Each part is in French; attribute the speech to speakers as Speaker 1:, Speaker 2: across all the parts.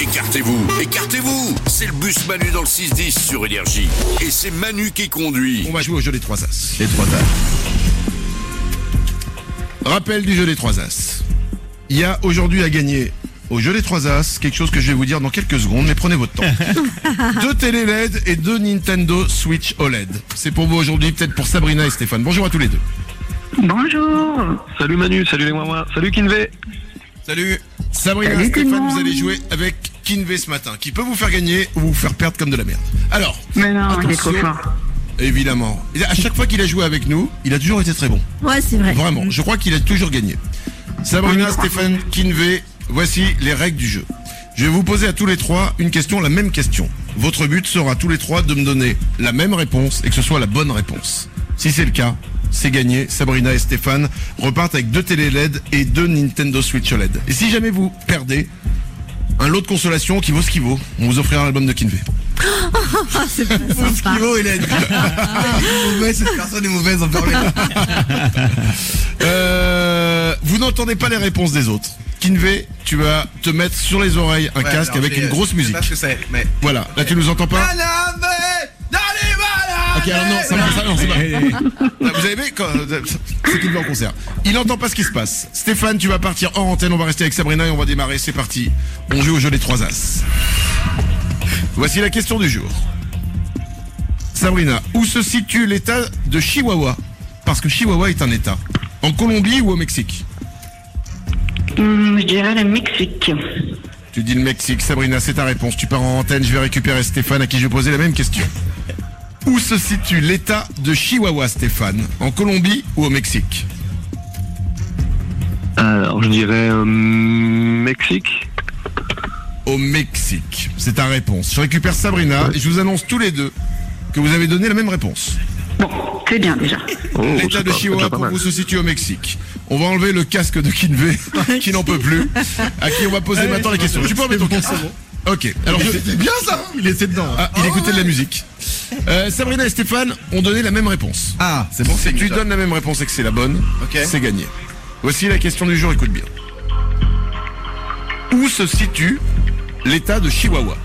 Speaker 1: Écartez-vous, écartez-vous C'est le bus Manu dans le 6-10 sur Énergie. Et c'est Manu qui conduit.
Speaker 2: On va jouer au jeu des trois as.
Speaker 3: Les trois tas.
Speaker 2: Rappel du jeu des trois as. Il y a aujourd'hui à gagner au jeu des trois as quelque chose que je vais vous dire dans quelques secondes, mais prenez votre temps. deux télé LED et deux Nintendo Switch OLED. C'est pour vous aujourd'hui, peut-être pour Sabrina et Stéphane. Bonjour à tous les deux.
Speaker 4: Bonjour.
Speaker 5: Salut Manu, salut les moi salut Kinvey.
Speaker 2: Salut. Sabrina
Speaker 4: Salut
Speaker 2: et
Speaker 4: tout le
Speaker 2: Stéphane, vous
Speaker 4: monde.
Speaker 2: allez jouer avec Kinvey ce matin, qui peut vous faire gagner ou vous faire perdre comme de la merde. Alors,
Speaker 4: Mais non, il est
Speaker 2: Attention.
Speaker 4: trop fort.
Speaker 2: évidemment, et à chaque fois qu'il a joué avec nous, il a toujours été très bon.
Speaker 6: Ouais, c'est vrai.
Speaker 2: Vraiment, je crois qu'il a toujours gagné. Sabrina, Stéphane, Kinvey, voici les règles du jeu. Je vais vous poser à tous les trois une question, la même question. Votre but sera à tous les trois de me donner la même réponse et que ce soit la bonne réponse. Si c'est le cas, c'est gagné. Sabrina et Stéphane repartent avec deux télé LED et deux Nintendo Switch OLED. Et si jamais vous perdez, un lot de consolation qui vaut ce qu'il vaut, on vous offrira un album de Kinvey.
Speaker 6: Ah, c'est pas sympa.
Speaker 3: Kilo, Hélène. cette personne est mauvaise en parlant.
Speaker 2: Euh, vous n'entendez pas les réponses des autres. Kinvey, tu vas te mettre sur les oreilles un casque avec une grosse musique.
Speaker 3: Je sais pas ce que c'est, Ah, mais.
Speaker 2: Voilà, là tu nous entends pas Ok, alors non, ça marche, ça, non, c'est pas. Vous avez vu quand- C'est Kinvey en concert. Il n'entend pas ce qui se passe. Stéphane, tu vas partir hors antenne, on va rester avec Sabrina et on va démarrer, c'est parti. On joue au jeu des trois as. Voici la question du jour. Sabrina, où se situe l'état de Chihuahua Parce que Chihuahua est un état. En Colombie ou au Mexique
Speaker 4: Hum, je dirais le Mexique.
Speaker 2: Tu dis le Mexique, Sabrina, c'est ta réponse. Tu pars en antenne, je vais récupérer Stéphane à qui je vais poser la même question. Où se situe l'état de Chihuahua, Stéphane En Colombie ou au Mexique
Speaker 5: Alors je dirais euh, Mexique.
Speaker 2: Au Mexique, c'est ta réponse. Je récupère Sabrina et je vous annonce tous les deux que vous avez donné la même réponse.
Speaker 4: Bon, c'est bien déjà.
Speaker 5: Oh,
Speaker 2: L'état
Speaker 5: c'est
Speaker 2: de
Speaker 5: pas- c'est
Speaker 2: Chihuahua
Speaker 5: pas
Speaker 2: pour
Speaker 5: mal.
Speaker 2: vous se situe au Mexique. On va enlever le casque de Kinvey, qui n'en peut plus, à qui on va poser maintenant les questions. Tu peux remettre ton casque Ok, alors je-
Speaker 3: bien ça hein. Il était dedans.
Speaker 2: Ah, il écoutait de la musique. Euh, Sabrina et Stéphane ont donné la même réponse.
Speaker 3: Ah, c'est bon,
Speaker 2: Si
Speaker 3: c'est
Speaker 2: tu
Speaker 3: déjà.
Speaker 2: donnes la même réponse et que c'est la bonne,
Speaker 3: Ok.
Speaker 2: c'est gagné. Voici la question du jour, écoute bien. Où se situe l'état de Chihuahua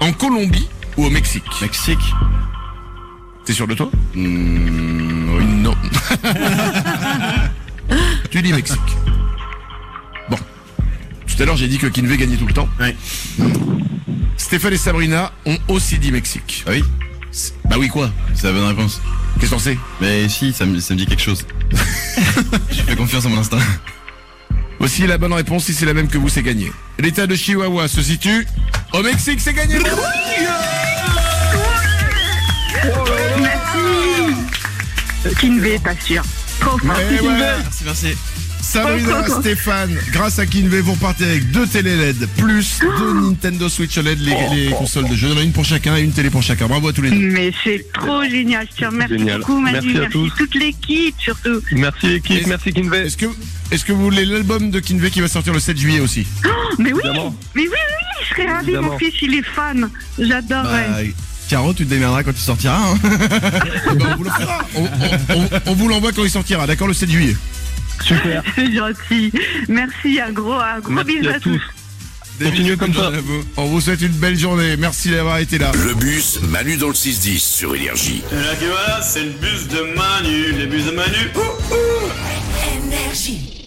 Speaker 2: En Colombie ou au Mexique
Speaker 3: Mexique.
Speaker 2: T'es sûr de toi
Speaker 3: Hmm,
Speaker 2: Oui, non. tu dis Mexique. Bon. Tout à l'heure, j'ai dit que Kinvey gagnait tout le temps.
Speaker 3: Ouais.
Speaker 2: Stéphane et Sabrina ont aussi dit Mexique.
Speaker 3: Ah oui
Speaker 2: C'est- Bah oui, quoi
Speaker 3: C'est la bonne réponse.
Speaker 2: Qu'est-ce qu'on sait
Speaker 3: Mais si, ça me, ça me dit quelque chose. je fais confiance à mon instinct.
Speaker 2: Voici la bonne réponse, si c'est la même que vous, c'est gagné. L'état de Chihuahua se situe au Mexique, c'est gagné
Speaker 4: Kinvey, pas sûr. Trop fort.
Speaker 2: Et Eh voilà.
Speaker 3: Merci, merci.
Speaker 2: Sabrina, Stéphane, grâce à Kinvey, vous repartez avec deux télé LED, plus deux Nintendo Switch OLED, les, les consoles de jeu. Il y en a une pour chacun et une télé pour chacun. Bravo à tous les deux.
Speaker 4: Mais c'est trop génial. Je te remercie
Speaker 5: Génial.
Speaker 4: beaucoup, Manu.
Speaker 5: Merci à tous.
Speaker 4: toute l'équipe, surtout.
Speaker 5: Merci l'équipe, merci Kinvey.
Speaker 2: Est-ce que, est-ce que vous voulez l'album de Kinvey qui va sortir le 7 juillet aussi
Speaker 4: Mais oui,
Speaker 5: Évidemment.
Speaker 4: mais oui, oui, oui, je serais ravie.
Speaker 5: Évidemment.
Speaker 4: Mon fils, il est fan. J'adore. ouais.
Speaker 3: Bah, Caro, tu te démerderas quand tu sortiras. hein.
Speaker 2: Eh ben, On vous le fera. On- on- on- on vous l'envoie quand il sortira, d'accord, le 7 juillet.
Speaker 5: Super.
Speaker 4: C'est gentil. Merci, un gros, un gros
Speaker 5: Merci
Speaker 4: bisou
Speaker 5: à tous. Continuez comme ça.
Speaker 2: On vous souhaite une belle journée. Merci d'avoir été là.
Speaker 1: Le bus Manu dans le 6-10 sur Énergie.
Speaker 7: Et là, que voilà, c'est le bus de Manu, les bus de Manu.
Speaker 8: énergie.